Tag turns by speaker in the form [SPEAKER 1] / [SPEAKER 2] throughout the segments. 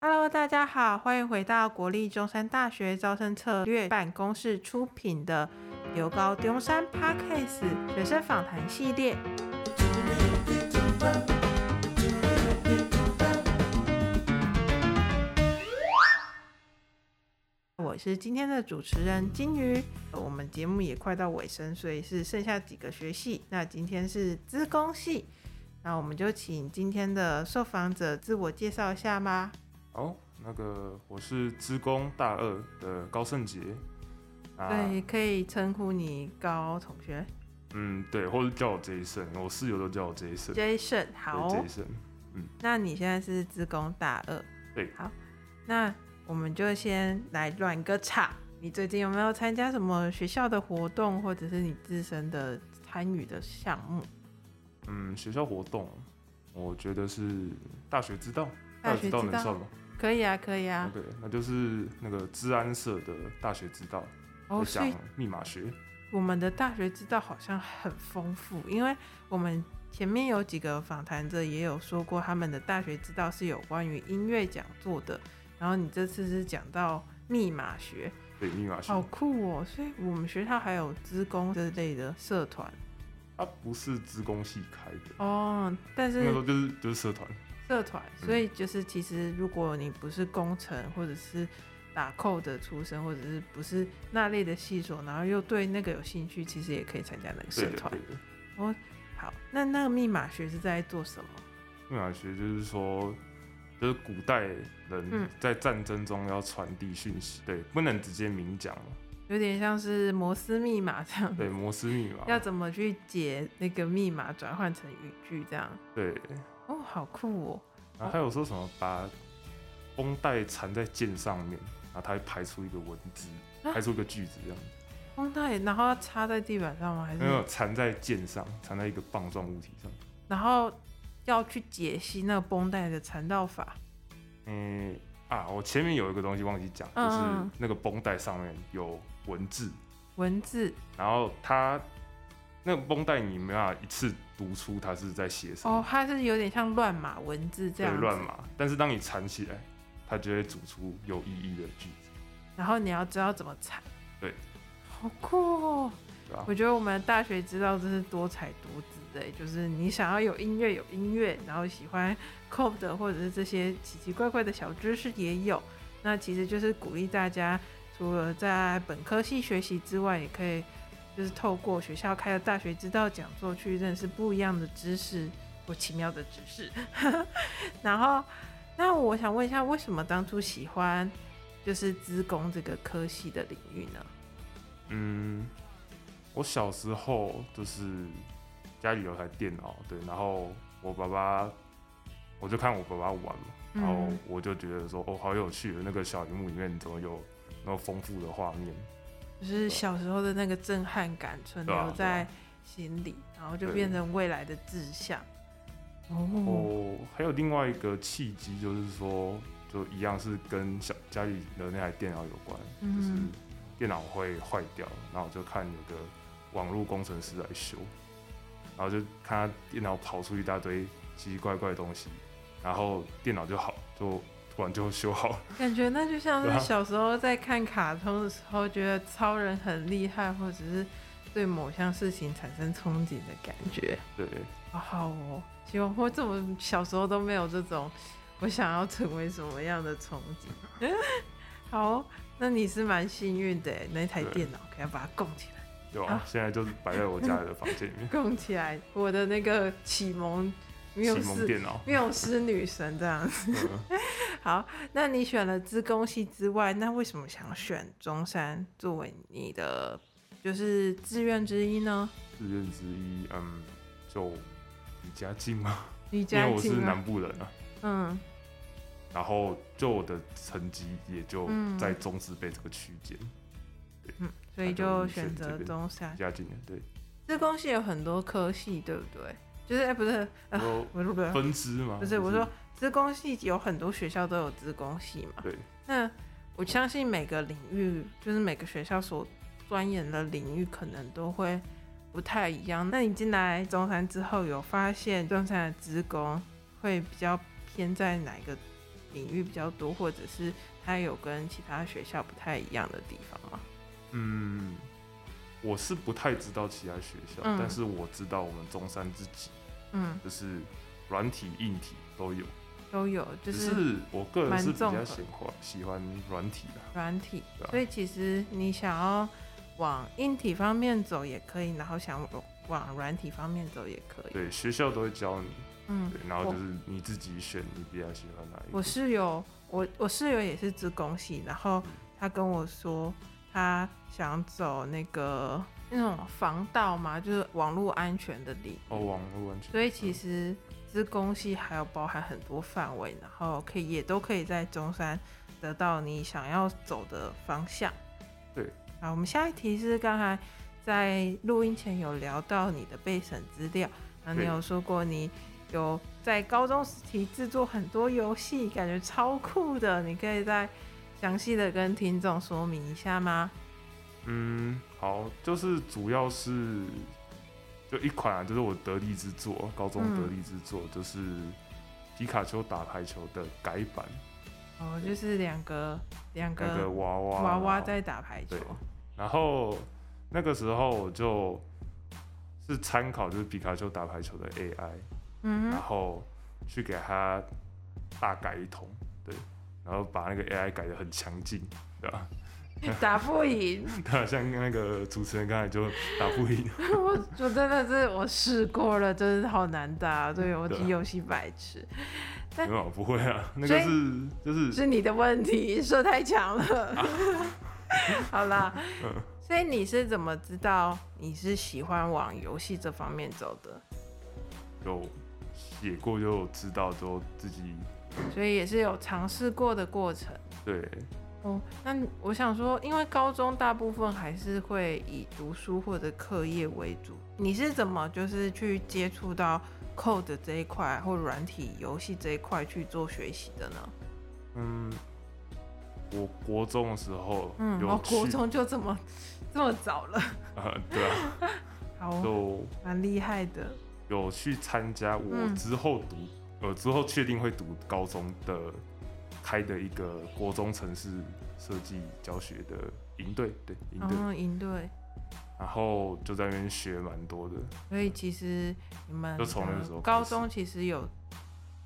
[SPEAKER 1] Hello，大家好，欢迎回到国立中山大学招生策略办公室出品的《刘高中山 Podcast 学生访谈系列》。我是今天的主持人金鱼，我们节目也快到尾声，所以是剩下几个学系。那今天是资工系，那我们就请今天的受访者自我介绍一下吧。
[SPEAKER 2] 好，哦那个我是资工大二的高胜杰。啊，
[SPEAKER 1] 对，可以称呼你高同学
[SPEAKER 2] 嗯，对，或者叫我 Jason，我室友都叫我 Jason 对。
[SPEAKER 1] ，Jason。好，
[SPEAKER 2] ，Jason，
[SPEAKER 1] 那你现在是资工大二，
[SPEAKER 2] 对，
[SPEAKER 1] 好，那我们就先来乱个场。你最近有没有参加什么学校的活动，或者是你自身的参与的项目？
[SPEAKER 2] 嗯，学校活动，我觉得是大学之道，
[SPEAKER 1] 大
[SPEAKER 2] 学
[SPEAKER 1] 学
[SPEAKER 2] 之道
[SPEAKER 1] 知
[SPEAKER 2] 能算
[SPEAKER 1] 道
[SPEAKER 2] 吗
[SPEAKER 1] 可以啊，可以啊。
[SPEAKER 2] ？OK，那就是那个治安社的大学之道，
[SPEAKER 1] 哦，
[SPEAKER 2] 在
[SPEAKER 1] 所以
[SPEAKER 2] 讲密码学。
[SPEAKER 1] 我们的大学之道好像很丰富，因为我们前面有几个访谈者也有说过，他们的大学之道是有关于音乐讲座的。然后你这次是讲到密码学，
[SPEAKER 2] 对，密码学，
[SPEAKER 1] 好酷哦！所以我们学校还有资工这类的社团
[SPEAKER 2] 它啊不是资工系开的，
[SPEAKER 1] 哦，但
[SPEAKER 2] 那个时
[SPEAKER 1] 是
[SPEAKER 2] 候就是就是社团。
[SPEAKER 1] 社团，
[SPEAKER 2] 嗯
[SPEAKER 1] 所以就是其实如果你不是工程或者是打扣的出身，或者是不是那类的系所，然后又对那个有兴趣，其实也可以参加那个
[SPEAKER 2] 对
[SPEAKER 1] 社
[SPEAKER 2] 的，
[SPEAKER 1] 团
[SPEAKER 2] 对。的。
[SPEAKER 1] 好，那那个密码学是在做什么？
[SPEAKER 2] 密码学啊就是说，就是古代
[SPEAKER 1] 嗯
[SPEAKER 2] 人在战争中要传递讯息，对，不能直接明讲嘛，
[SPEAKER 1] 有点像是摩斯密码这样，
[SPEAKER 2] 对，摩斯密码，
[SPEAKER 1] 嗯 要怎么去解那个密码转换成语句这样？
[SPEAKER 2] 对，
[SPEAKER 1] 哦，好酷哦！
[SPEAKER 2] 然后还有说什么把绷带缠在剑上面，然后它会排出一个文字，
[SPEAKER 1] 啊
[SPEAKER 2] 排出一个句子这样，
[SPEAKER 1] 绷带，然后要插在地板上吗？还是
[SPEAKER 2] 没有缠在剑上，缠在一个棒状物体上，
[SPEAKER 1] 然后要去解析那个绷带的缠绕法？
[SPEAKER 2] 嗯。啊，我前面有一个东西忘记讲，就
[SPEAKER 1] 嗯嗯
[SPEAKER 2] 是那个绷带上面有文字，
[SPEAKER 1] 文字
[SPEAKER 2] 然后它那个绷带你没办法一次读出它是在写什么，
[SPEAKER 1] 哦，它是有点像乱码文字这
[SPEAKER 2] 对
[SPEAKER 1] 样子
[SPEAKER 2] 乱，码，但是当你缠起来，它就会组出有意义的句子，
[SPEAKER 1] 然后你要知道怎么缠。
[SPEAKER 2] 对，
[SPEAKER 1] 好酷哦！
[SPEAKER 2] 对吧、
[SPEAKER 1] 我觉得我们大学知道这是多彩多姿的，欸就是你想要有音乐有音乐，然后喜欢 code 的或者是这些奇奇怪怪的小知识也有。那其实就是鼓励大家，除了在本科系学习之外，也可以就是透过学校开的大学之道讲座去认识不一样的知识或奇妙的知识。 然后，那我想问一下，为什么当初喜欢就是资工这个科系的领域呢？
[SPEAKER 2] 嗯，我小时候就是家里有台电脑，对，然后我爸爸，我就看我爸爸玩嘛，然后
[SPEAKER 1] 嗯
[SPEAKER 2] 我就觉得说，哦，好有趣，那个小荧幕里面怎么有那么丰富的画面？
[SPEAKER 1] 就是小时候的那个震撼感存
[SPEAKER 2] 对啊
[SPEAKER 1] 留在心里，然后就
[SPEAKER 2] 对
[SPEAKER 1] 变成未来的志向。哦，
[SPEAKER 2] 哦，还有另外一个契机就是说，就一样是跟小家里的那台电脑有关，就是
[SPEAKER 1] 嗯，
[SPEAKER 2] 电脑会坏掉，然后我就看有个网络工程师来修，然后就看他电脑跑出一大堆奇奇怪怪的东西，然后电脑就好，就突然就修好了。
[SPEAKER 1] 感觉那就像
[SPEAKER 2] 对啊
[SPEAKER 1] 是小时候在看卡通的时候，觉得超人很厉害，或者是对某项事情产生憧憬的感觉。
[SPEAKER 2] 对，
[SPEAKER 1] 好好哦，希望我怎么小时候都没有这种我想要成为什么样的憧憬。 好，那你是蛮幸运的耶，欸那台
[SPEAKER 2] 对
[SPEAKER 1] 电脑可以把它供起来。
[SPEAKER 2] 对吧、
[SPEAKER 1] 啊
[SPEAKER 2] 现在就是摆在我家里的房间 里面，
[SPEAKER 1] 供起来，我的那个启蒙缪
[SPEAKER 2] 启蒙
[SPEAKER 1] 斯
[SPEAKER 2] 电脑。
[SPEAKER 1] 缪斯女神这样子。
[SPEAKER 2] 嗯
[SPEAKER 1] 好，那你选了资工系之外，那为什么想选中山作为你的就是志愿之一呢？
[SPEAKER 2] 志愿之一，嗯，就离家近嘛，
[SPEAKER 1] 离
[SPEAKER 2] 因
[SPEAKER 1] 家
[SPEAKER 2] 为我是
[SPEAKER 1] 近啊，
[SPEAKER 2] 南部人啊。
[SPEAKER 1] 嗯，
[SPEAKER 2] 然后就我的成绩也就
[SPEAKER 1] 嗯
[SPEAKER 2] 在中师北这个区间，
[SPEAKER 1] 所以
[SPEAKER 2] 那就
[SPEAKER 1] 就是选
[SPEAKER 2] 选这
[SPEAKER 1] 择
[SPEAKER 2] 边
[SPEAKER 1] 中山
[SPEAKER 2] 离。家近的，对，
[SPEAKER 1] 资工系有很多科系，对不对？就是哎、不是，啊
[SPEAKER 2] 然后
[SPEAKER 1] 我录了，
[SPEAKER 2] 分支嘛，
[SPEAKER 1] 不是，我说资工系有很多学校都有资工系嘛。
[SPEAKER 2] 对，
[SPEAKER 1] 那我相信每个领域，就是每个学校所钻研的领域，可能都会不太一样。那你进来中山之后，有发现中山的职工会比较偏在哪一个领域比较多，或者是它有跟其他学校不太一样的地方吗？
[SPEAKER 2] 嗯，我是不太知道其他学校，
[SPEAKER 1] 嗯
[SPEAKER 2] 但是我知道我们中山自己
[SPEAKER 1] 嗯，
[SPEAKER 2] 就是软体、硬体都有，
[SPEAKER 1] 都有，就
[SPEAKER 2] 只
[SPEAKER 1] 是
[SPEAKER 2] 是我个人
[SPEAKER 1] 蛮
[SPEAKER 2] 是比
[SPEAKER 1] 综
[SPEAKER 2] 较
[SPEAKER 1] 合
[SPEAKER 2] 喜欢喜欢软体的。
[SPEAKER 1] 软体
[SPEAKER 2] 对。啊
[SPEAKER 1] 所以其实你想要往硬体方面走也可以，然后想往软体方面走也可以。
[SPEAKER 2] 对，学校都会教你，
[SPEAKER 1] 嗯，
[SPEAKER 2] 对，然后
[SPEAKER 1] 我
[SPEAKER 2] 就是你自己选你比较喜欢哪一
[SPEAKER 1] 我
[SPEAKER 2] 个。
[SPEAKER 1] 室友，我我室友也是自工系，然后
[SPEAKER 2] 嗯
[SPEAKER 1] 他跟我说，他想走那个那种防盗嘛，就是网络安全的领域。
[SPEAKER 2] 哦，网络完全。
[SPEAKER 1] 所以其
[SPEAKER 2] 嗯
[SPEAKER 1] 实资工系还有包含很多范围，然后可以也都可以在中山得到你想要走的方向。
[SPEAKER 2] 对，
[SPEAKER 1] 好，我们下一题是刚才在录音前有聊到你的备审资料，然后你
[SPEAKER 2] 对
[SPEAKER 1] 有说过你有在高中时期制作很多游戏，感觉超酷的，你可以再详细的跟听众说明一下吗？
[SPEAKER 2] 嗯，好，就是主要是就一款、啊，就是我得力之作，高中得
[SPEAKER 1] 嗯
[SPEAKER 2] 力之作，就是皮卡丘打排球的改版，
[SPEAKER 1] 哦，就是两个两
[SPEAKER 2] 那个
[SPEAKER 1] 个
[SPEAKER 2] 娃娃
[SPEAKER 1] 嗯娃娃
[SPEAKER 2] 然后
[SPEAKER 1] 在打排球
[SPEAKER 2] 对，然后那个时候我就是参考就是皮卡丘打排球的 AI，、
[SPEAKER 1] 嗯
[SPEAKER 2] 然
[SPEAKER 1] 哼，
[SPEAKER 2] 后去给它大改一通，对，然后把那个 AI 改得很强劲，对吧？
[SPEAKER 1] 打不赢。
[SPEAKER 2] 对啊，像那个主持人刚才就打不赢，
[SPEAKER 1] 我我真的是我试过了，真是好难打，哦对我
[SPEAKER 2] 对啊
[SPEAKER 1] 是游戏白痴，
[SPEAKER 2] 没有不会啊，那个
[SPEAKER 1] 所以
[SPEAKER 2] 是就是
[SPEAKER 1] 是你的问题，射太强了。 好啦，
[SPEAKER 2] 嗯
[SPEAKER 1] 所以你是怎么知道你是喜欢往游戏这方面走的？
[SPEAKER 2] 有写过就知道，就自己
[SPEAKER 1] 所以也是有尝试过的过程。
[SPEAKER 2] 对
[SPEAKER 1] 哦，那我想说，因为高中大部分还是会以读书或者课业为主，你是怎么就是去接触到 code 这一块或软体游戏这一块去做学习的呢？
[SPEAKER 2] 嗯，我国中的时候
[SPEAKER 1] 嗯，我
[SPEAKER 2] 有去、
[SPEAKER 1] 国中就这么这么早了，
[SPEAKER 2] 呃对 啊，
[SPEAKER 1] 好，
[SPEAKER 2] 就
[SPEAKER 1] 蛮厉害的。
[SPEAKER 2] 有去参加我
[SPEAKER 1] 嗯
[SPEAKER 2] 之后读、呃之后确定会读高中的开的一个国中城市设计教学的营队，对营队，
[SPEAKER 1] 嗯，营队，
[SPEAKER 2] 然后就在那边学蛮多的，
[SPEAKER 1] 所以其实你们
[SPEAKER 2] 就从那个时候
[SPEAKER 1] 呃
[SPEAKER 2] 开始
[SPEAKER 1] 高中其实有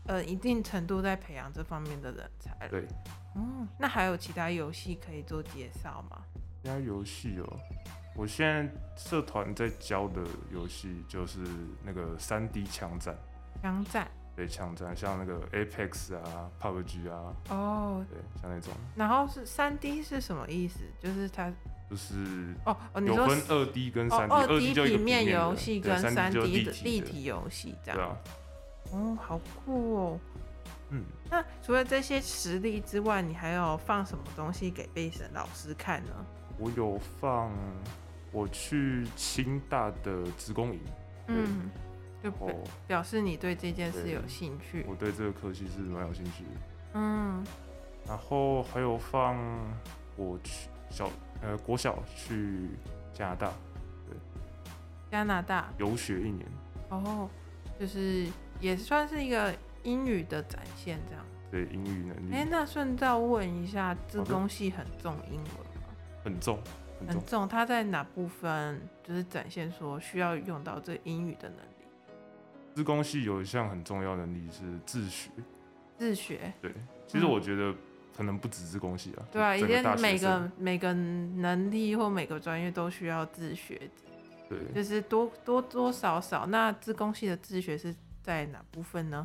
[SPEAKER 1] 呃一定程度在培养这方面的人才了。
[SPEAKER 2] 对，
[SPEAKER 1] 嗯，那还有其他游戏可以做介绍吗？
[SPEAKER 2] 加游戏哦。我现在社团在教的游戏就是那个三 D 枪战，
[SPEAKER 1] 枪战
[SPEAKER 2] 对枪战，像那个 Apex 啊、PUBG 啊，
[SPEAKER 1] 哦，
[SPEAKER 2] 对，像那种
[SPEAKER 1] 然后是三 D 是什么意思？就是它
[SPEAKER 2] 就是
[SPEAKER 1] 哦哦，你
[SPEAKER 2] 有
[SPEAKER 1] 说
[SPEAKER 2] 分
[SPEAKER 1] 是
[SPEAKER 2] 二 D 跟三 D，
[SPEAKER 1] 哦二
[SPEAKER 2] 二 D 就一个平
[SPEAKER 1] 面
[SPEAKER 2] 面
[SPEAKER 1] 游
[SPEAKER 2] 的
[SPEAKER 1] 戏
[SPEAKER 2] 对
[SPEAKER 1] 跟
[SPEAKER 2] 三
[SPEAKER 1] 三
[SPEAKER 2] D 就
[SPEAKER 1] D
[SPEAKER 2] 立
[SPEAKER 1] 的
[SPEAKER 2] 体
[SPEAKER 1] 立
[SPEAKER 2] 的，
[SPEAKER 1] 体游戏这
[SPEAKER 2] 对
[SPEAKER 1] 样。
[SPEAKER 2] 啊，
[SPEAKER 1] 哦，好酷哦。
[SPEAKER 2] 嗯，
[SPEAKER 1] 那除了这些实力之外，你还有放什么东西给备审老师看呢？
[SPEAKER 2] 我有放我去清大的职工营，
[SPEAKER 1] 嗯，就
[SPEAKER 2] 然后
[SPEAKER 1] 表表示你对这件事
[SPEAKER 2] 哦对
[SPEAKER 1] 有兴趣。
[SPEAKER 2] 我对这个科系是蛮有兴趣的，
[SPEAKER 1] 嗯，
[SPEAKER 2] 然后还有放我去小呃国小去加拿大
[SPEAKER 1] 加拿大
[SPEAKER 2] 游学一年，
[SPEAKER 1] 哦，就是也算是一个英语的展现这样。
[SPEAKER 2] 对英语能
[SPEAKER 1] 哎、
[SPEAKER 2] 力
[SPEAKER 1] 那顺道问一下，自
[SPEAKER 2] 嗯好的
[SPEAKER 1] 工系很重英文吗？
[SPEAKER 2] 很重很重
[SPEAKER 1] 很，重，它在哪部分就是展现说需要用到这英语的能力？
[SPEAKER 2] 资工系有一项很重要的能力是自学。
[SPEAKER 1] 自学，
[SPEAKER 2] 对，其实
[SPEAKER 1] 嗯
[SPEAKER 2] 我觉得可能不止资工系啊，
[SPEAKER 1] 对啊，一
[SPEAKER 2] 整个
[SPEAKER 1] 定
[SPEAKER 2] 大
[SPEAKER 1] 每
[SPEAKER 2] 学生
[SPEAKER 1] 个每个能力或每个专业都需要自学
[SPEAKER 2] 对，
[SPEAKER 1] 就是多多多少少。那自工系的自学是在哪部分呢？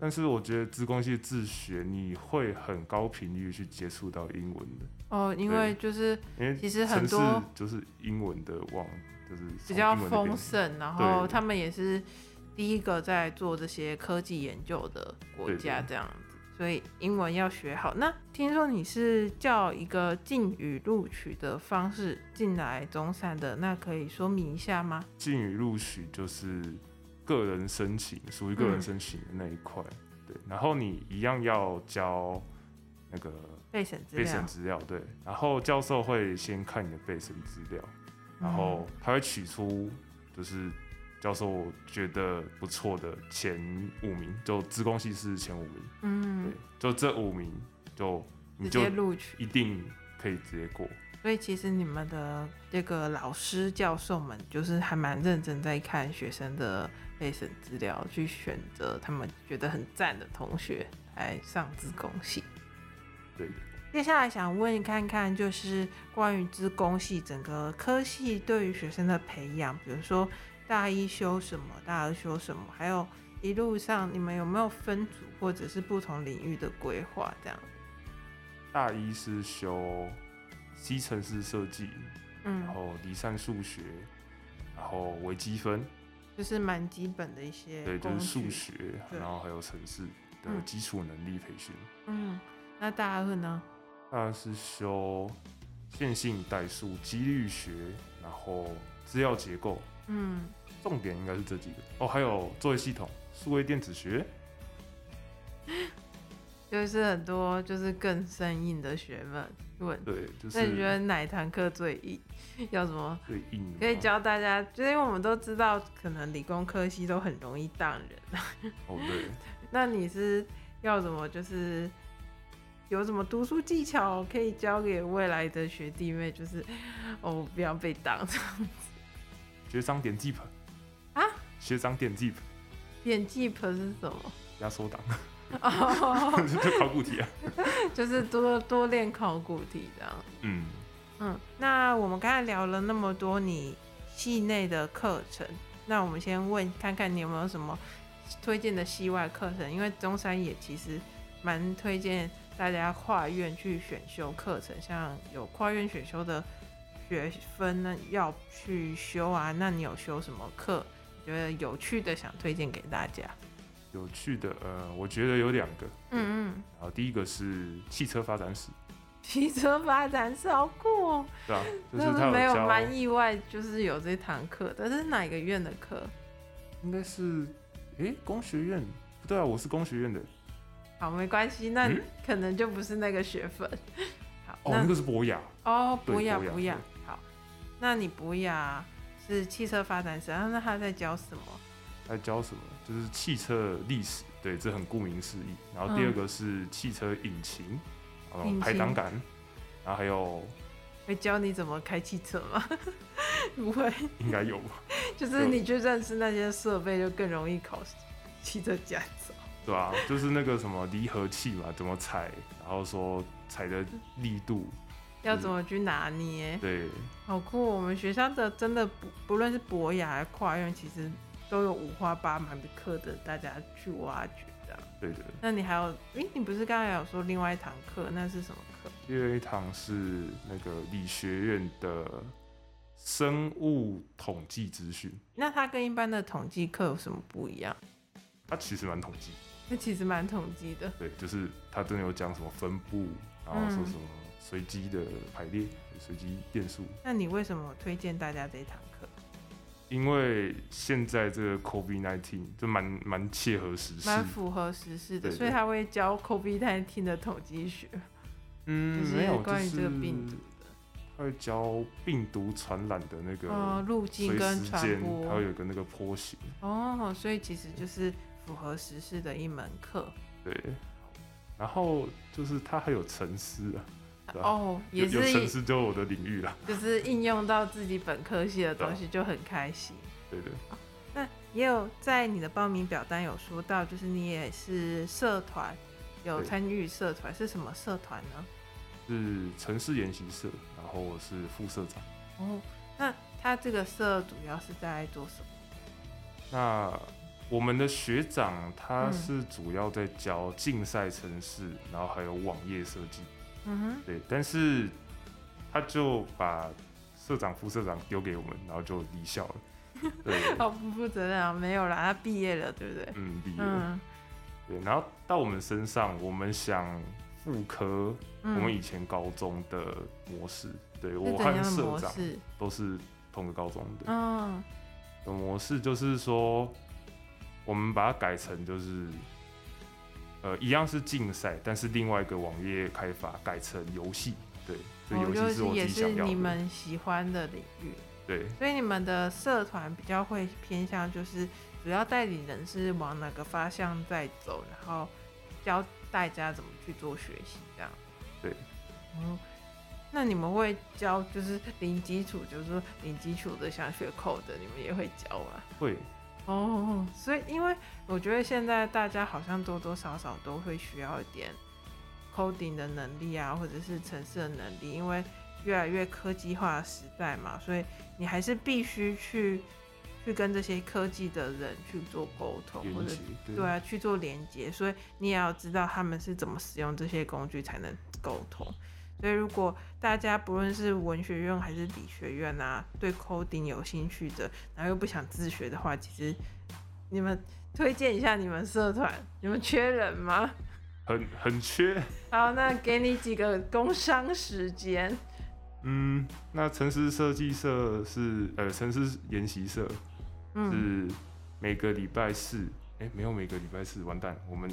[SPEAKER 2] 但是我觉得资工系自学，你会很高频率去接触到英文的，
[SPEAKER 1] 哦，因为就是
[SPEAKER 2] 因为
[SPEAKER 1] 其实很
[SPEAKER 2] 城市
[SPEAKER 1] 多
[SPEAKER 2] 就是英文的网，就是
[SPEAKER 1] 比
[SPEAKER 2] 从
[SPEAKER 1] 较
[SPEAKER 2] 英文那边
[SPEAKER 1] 丰盛，然后
[SPEAKER 2] 对
[SPEAKER 1] 他们也是第一个在做这些科技研究的国家，
[SPEAKER 2] 对对
[SPEAKER 1] 这样子。所以英文要学好。那听说你是叫一个进语录取的方式进来中山的，那可以说明一下吗？
[SPEAKER 2] 进与录取就是个人申请，属于个
[SPEAKER 1] 嗯
[SPEAKER 2] 人申请的那一块，对，然后你一样要交那个
[SPEAKER 1] 备审资
[SPEAKER 2] 备
[SPEAKER 1] 料
[SPEAKER 2] 审，资料，对，然后教授
[SPEAKER 1] 嗯
[SPEAKER 2] 会先看你的备审资料。然后他会取出就是教授我觉得不错的前五名，就资工系是前五名，对
[SPEAKER 1] 嗯，，
[SPEAKER 2] 就这五名就你
[SPEAKER 1] 直
[SPEAKER 2] 就
[SPEAKER 1] 接录取。
[SPEAKER 2] 一定可以直接过。
[SPEAKER 1] 所以其实你们的这个老师教授们，就是还蛮认真在看学生的备审资料，去选择他们觉得很赞的同学来上自贡系。
[SPEAKER 2] 对的，
[SPEAKER 1] 接下来想问看看，就是关于资工系整个科系对于学生的培养，比如说大一修什么，大二修什么，还有一路上你们有没有分组或者是不同领域的规划？这样，
[SPEAKER 2] 大一是修西城市设计，然
[SPEAKER 1] 嗯，
[SPEAKER 2] 后离散数学，然后微积分，
[SPEAKER 1] 就是蛮基本的一些
[SPEAKER 2] 对，就
[SPEAKER 1] 工
[SPEAKER 2] 是
[SPEAKER 1] 具
[SPEAKER 2] 数学，
[SPEAKER 1] 对
[SPEAKER 2] 然后还有城市的
[SPEAKER 1] 嗯
[SPEAKER 2] 基础能力培训。
[SPEAKER 1] 嗯，那大二呢？
[SPEAKER 2] 那是修线性代数、几率学，然后资料结构，
[SPEAKER 1] 嗯，
[SPEAKER 2] 重点应该是这几个哦，还有作业系统、数位电子学。
[SPEAKER 1] 就是很多就是更生硬的学问问。
[SPEAKER 2] 对，就
[SPEAKER 1] 那你觉
[SPEAKER 2] 是
[SPEAKER 1] 得哪一堂课最硬？ 要什么？
[SPEAKER 2] 最硬的嘛。
[SPEAKER 1] 可以教大家，就是因为我们都知道，可能理工科系都很容易当人。
[SPEAKER 2] 哦，对，
[SPEAKER 1] 那你是要什么？就是有什么读书技巧可以教给未来的学弟妹？就是哦，不要被当
[SPEAKER 2] 学长点 zip
[SPEAKER 1] 啊，
[SPEAKER 2] 学长点 zip
[SPEAKER 1] 演技盆是什么？
[SPEAKER 2] 压缩档，
[SPEAKER 1] 哦，
[SPEAKER 2] 就考古题啊。
[SPEAKER 1] 就是多多练考古题这样。
[SPEAKER 2] 嗯，
[SPEAKER 1] 嗯，那我们刚才聊了那么多你系内的课程，那我们先问看看你有没有什么推荐的系外课程？因为中山也其实蛮推荐大家跨院去选修课程，像有跨院选修的学分呢要去修啊。那你有修什么课？觉得有趣的想推荐给大家？
[SPEAKER 2] 有趣的，呃，我觉得有两个。嗯，
[SPEAKER 1] 嗯 嗯，
[SPEAKER 2] 然后第一个是汽车发展史，
[SPEAKER 1] 汽车发展是好酷哦，
[SPEAKER 2] 对 啊，就是
[SPEAKER 1] 真
[SPEAKER 2] 他
[SPEAKER 1] 的没有
[SPEAKER 2] 教，
[SPEAKER 1] 蛮意外，就是有这堂课，但是哪个院的课？
[SPEAKER 2] 应该是，诶、工学院，不对啊，我是工学院的，
[SPEAKER 1] 好，没关系，那
[SPEAKER 2] 嗯
[SPEAKER 1] 可能就不是那个学分。 好，
[SPEAKER 2] 哦，那个是博雅，
[SPEAKER 1] 那哦，
[SPEAKER 2] 对
[SPEAKER 1] 不要
[SPEAKER 2] 博雅
[SPEAKER 1] 不要
[SPEAKER 2] 对，
[SPEAKER 1] 好，那你不要是汽车发展史，啊那他在教什么？
[SPEAKER 2] 在教什么？就是汽车历史，对，这很顾名思义。然后第二个是汽车引擎，然后
[SPEAKER 1] 嗯引擎
[SPEAKER 2] 排挡杆，然后还有
[SPEAKER 1] 会教你怎么开汽车吗？ 不会，
[SPEAKER 2] 应该有吧，
[SPEAKER 1] 就是你去认识那些设备，就更容易考汽车驾照。
[SPEAKER 2] 对啊， 就是那个什么离合器嘛，怎么踩，然后说踩的力度，
[SPEAKER 1] 要怎么去拿捏？
[SPEAKER 2] 对，
[SPEAKER 1] 好酷！我们学校的真的不不论是博雅还是跨院，其实都有五花八门的课的，大家去挖掘这样。
[SPEAKER 2] 对的。
[SPEAKER 1] 那你还有，诶、你不是刚才有说另外一堂课，那是什么课？
[SPEAKER 2] 第二一堂是那个理学院的生物统计资讯，
[SPEAKER 1] 那它跟一般的统计课有什么不一样？
[SPEAKER 2] 它其实蛮统计，
[SPEAKER 1] 那其实蛮统计的，
[SPEAKER 2] 对，就是它真的有讲什么分布，然后说
[SPEAKER 1] 嗯
[SPEAKER 2] 什么随机的排列、随机变数。
[SPEAKER 1] 那你为什么推荐大家这一堂课？
[SPEAKER 2] 因为现在这个 COVID 1 9就蛮蛮切合时事，
[SPEAKER 1] 蛮符合时事的，
[SPEAKER 2] 对对
[SPEAKER 1] 所以他会教 COVID-19 的统计学，
[SPEAKER 2] 嗯，
[SPEAKER 1] 就是
[SPEAKER 2] 没有
[SPEAKER 1] 关于这个病
[SPEAKER 2] 就
[SPEAKER 1] 毒
[SPEAKER 2] 是它会教病毒传染的那
[SPEAKER 1] 的，
[SPEAKER 2] 个
[SPEAKER 1] 呃，路径
[SPEAKER 2] 随
[SPEAKER 1] 跟
[SPEAKER 2] 时
[SPEAKER 1] 传
[SPEAKER 2] 间，它会
[SPEAKER 1] 播。
[SPEAKER 2] 有个那个坡形，
[SPEAKER 1] 哦，所以其实就是符合时事的一门课。
[SPEAKER 2] 对。然后就是它还有沉思啊，对啊
[SPEAKER 1] 哦，
[SPEAKER 2] 有
[SPEAKER 1] 也
[SPEAKER 2] 有沉
[SPEAKER 1] 是
[SPEAKER 2] 思就是我的领域啦，
[SPEAKER 1] 就是应用到自己本科系的东西，
[SPEAKER 2] 啊
[SPEAKER 1] 就很开心。
[SPEAKER 2] 对的，
[SPEAKER 1] 那也有在你的报名表单有说到，就是你也是社团，有
[SPEAKER 2] 对
[SPEAKER 1] 参与社团是什么社团呢？
[SPEAKER 2] 是城市研习社，然后我是副社长。
[SPEAKER 1] 哦，那他这个社主要是在做什么？
[SPEAKER 2] 那我们的学长他
[SPEAKER 1] 嗯
[SPEAKER 2] 是主要在教竞赛城市，然后还有网页设计。
[SPEAKER 1] 嗯
[SPEAKER 2] 对，但是他就把社长、副社长丢给我们，然后就离校 了。对，
[SPEAKER 1] 哼，好不负责任啊，没有啦，他毕业了，对不对？
[SPEAKER 2] 嗯，毕业了。
[SPEAKER 1] 嗯
[SPEAKER 2] 对，然后到我们身上，我们想复刻我们
[SPEAKER 1] 嗯，
[SPEAKER 2] 以前高中的模式。对
[SPEAKER 1] 是
[SPEAKER 2] 我
[SPEAKER 1] 怎
[SPEAKER 2] 和
[SPEAKER 1] 样的
[SPEAKER 2] 社
[SPEAKER 1] 模
[SPEAKER 2] 长
[SPEAKER 1] 式？
[SPEAKER 2] 都是同个高中的。
[SPEAKER 1] 嗯
[SPEAKER 2] 的模式就是说，我们把它改成就是。呃，一样是竞赛，但是另外一个网页开发改成游戏，对，这
[SPEAKER 1] 哦
[SPEAKER 2] 游
[SPEAKER 1] 就
[SPEAKER 2] 戏是
[SPEAKER 1] 是
[SPEAKER 2] 我自
[SPEAKER 1] 也
[SPEAKER 2] 己想
[SPEAKER 1] 是
[SPEAKER 2] 要的。
[SPEAKER 1] 你们喜欢的领域。
[SPEAKER 2] 对，
[SPEAKER 1] 所以你们的社团比较会偏向就是主要代理人是往哪个方向在走，然后教大家怎么去做学习这样。
[SPEAKER 2] 对。
[SPEAKER 1] 嗯，那你们会教就是零基础，就是说零基础的想学扣的，你们也会教吗？
[SPEAKER 2] 会，
[SPEAKER 1] 哦，所以因为我觉得现在大家好像多多少少都会需要一点 coding 的能力啊，或者是程式的能力，因为越来越科技化的时代嘛，所以你还是必须去去跟这些科技的人去做沟通，或
[SPEAKER 2] 连
[SPEAKER 1] 者
[SPEAKER 2] 接，对
[SPEAKER 1] 对啊去做连接，所以你也要知道他们是怎么使用这些工具才能沟通。所以，如果大家不论是文学院还是理学院啊，对 coding 有兴趣的，然后又不想自学的话，其实你们推荐一下你们社团，你们缺人吗？
[SPEAKER 2] 很很缺。
[SPEAKER 1] 好，那给你几个工商时间。
[SPEAKER 2] 嗯，那城市设计社是呃城市研习社
[SPEAKER 1] 嗯，
[SPEAKER 2] 是每个礼拜四，哎、没有每个礼拜四，完蛋，我们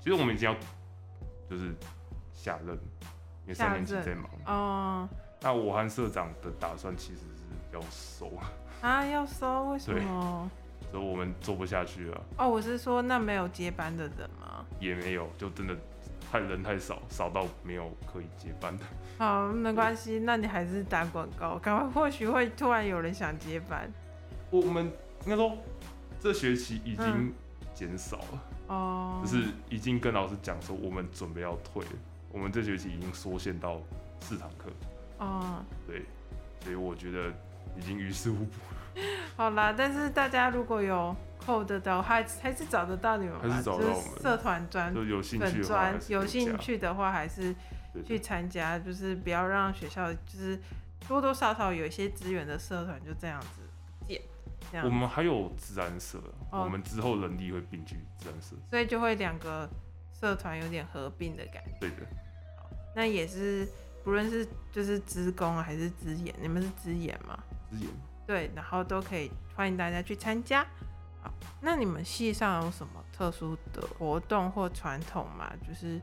[SPEAKER 2] 其实我们已经要就是下任，因为三
[SPEAKER 1] 下
[SPEAKER 2] 年级
[SPEAKER 1] 任
[SPEAKER 2] 在忙。
[SPEAKER 1] 哦，
[SPEAKER 2] 那我和社长的打算其实是要收，
[SPEAKER 1] 啊，要收为什么？
[SPEAKER 2] 所以我们做不下去了，
[SPEAKER 1] 哦，我是说那没有接班的人吗？
[SPEAKER 2] 也没有，就真的太人太少，少到没有可以接班的。
[SPEAKER 1] 好，没关系，那你还是打广告，赶快，或许会突然有人想接班。
[SPEAKER 2] 我们应该说这学期已经
[SPEAKER 1] 嗯
[SPEAKER 2] 减少了，
[SPEAKER 1] 哦，
[SPEAKER 2] 就是已经跟老师讲说我们准备要退了，我们这学期已经缩限到四堂课，
[SPEAKER 1] 哦，
[SPEAKER 2] 对，所以我觉得已经于事无补，
[SPEAKER 1] 好啦，但是大家如果有扣得到，还还是找得到你们吧，
[SPEAKER 2] 还是找得到我们
[SPEAKER 1] 就是社团专
[SPEAKER 2] 就有兴趣
[SPEAKER 1] 粉
[SPEAKER 2] 的话
[SPEAKER 1] 专
[SPEAKER 2] 还是
[SPEAKER 1] 有
[SPEAKER 2] 可以加
[SPEAKER 1] 兴，趣的话，还是
[SPEAKER 2] 对
[SPEAKER 1] 去
[SPEAKER 2] 对
[SPEAKER 1] 参加，就是不要让学校就是多多少少有一些资源的社团就这样子见，这
[SPEAKER 2] 我
[SPEAKER 1] 样，
[SPEAKER 2] 们还有自然社，
[SPEAKER 1] 哦
[SPEAKER 2] 我们之后人力会并去自然社，
[SPEAKER 1] 所以就会两个社团有点合并的感觉。
[SPEAKER 2] 对的。
[SPEAKER 1] 那也是不论是就是职工啊还是资研，你们是资研吗？
[SPEAKER 2] 之前
[SPEAKER 1] 对，然后都可以欢迎大家去参加。好，那你们系上有什么特殊的活动或传统吗？就是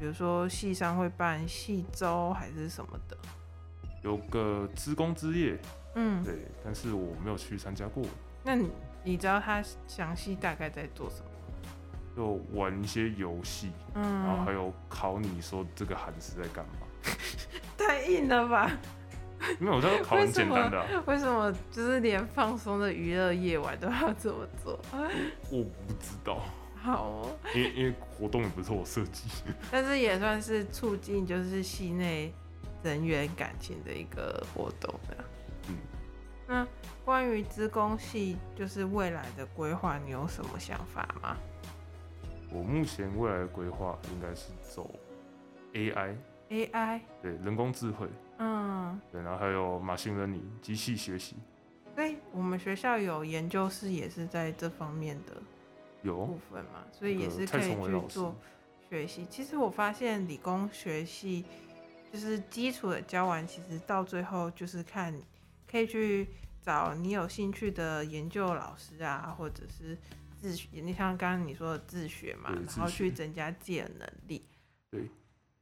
[SPEAKER 1] 比如说系上会办系周还是什么的？
[SPEAKER 2] 有个职工之夜，
[SPEAKER 1] 嗯，
[SPEAKER 2] 对，但是我没有去参加过，
[SPEAKER 1] 那你你知道它详细大概在做什么？
[SPEAKER 2] 就玩一些游戏，然后还
[SPEAKER 1] 嗯，
[SPEAKER 2] 有考你说这个韩是在干 嘛，
[SPEAKER 1] 太硬了吧？
[SPEAKER 2] 没有，这个考很简单的啊、
[SPEAKER 1] 为什么就是连放松的娱乐夜晚都要这么做？
[SPEAKER 2] 我不知道，
[SPEAKER 1] 好、哦，
[SPEAKER 2] 因为因为活动也不是我设计，
[SPEAKER 1] 但是也算是促进就是系内人员感情的一个活动的。
[SPEAKER 2] 嗯，
[SPEAKER 1] 那关于资工系就是未来的规划，你有什么想法吗？
[SPEAKER 2] 我目前未来的规划应该是走 AI，
[SPEAKER 1] AI，
[SPEAKER 2] 对，人工智慧，
[SPEAKER 1] 嗯，
[SPEAKER 2] 对，然后还有马信任你机器学习，
[SPEAKER 1] 所以我们学校有研究室也是在这方面的
[SPEAKER 2] 有
[SPEAKER 1] 部分嘛，所以也
[SPEAKER 2] 那
[SPEAKER 1] 是
[SPEAKER 2] 个
[SPEAKER 1] 可
[SPEAKER 2] 蔡
[SPEAKER 1] 以
[SPEAKER 2] 崇文
[SPEAKER 1] 去
[SPEAKER 2] 老师，
[SPEAKER 1] 做学习。其实我发现理工学系就是基础的教完，其实到最后就是看可以去找你有兴趣的研究老师啊，或者是自学。你像刚刚你说的自学嘛，
[SPEAKER 2] 对
[SPEAKER 1] 然
[SPEAKER 2] 自
[SPEAKER 1] 后去
[SPEAKER 2] 学
[SPEAKER 1] 增加自己的能力。
[SPEAKER 2] 对。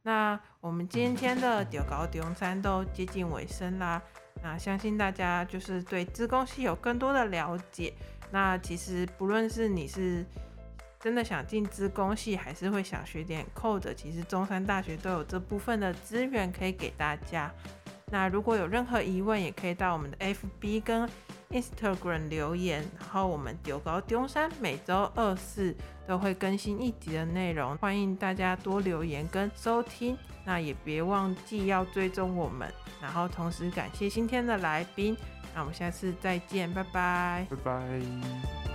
[SPEAKER 1] 那我们今天的屌高屌三都接近尾声啦，那相信大家就是对自贡系有更多的了解。那其实不论是你是真的想进资工系，还是会想学点 code，其实中山大学都有这部分的资源可以给大家。那如果有任何疑问，也可以到我们的 FB 跟 Instagram 留言，然后我们丢高丢山每周二四都会更新一集的内容，欢迎大家多留言跟收听。那也别忘记要追踪我们，然后同时感谢今天的来宾。那我们下次再见，拜拜。
[SPEAKER 2] 拜拜。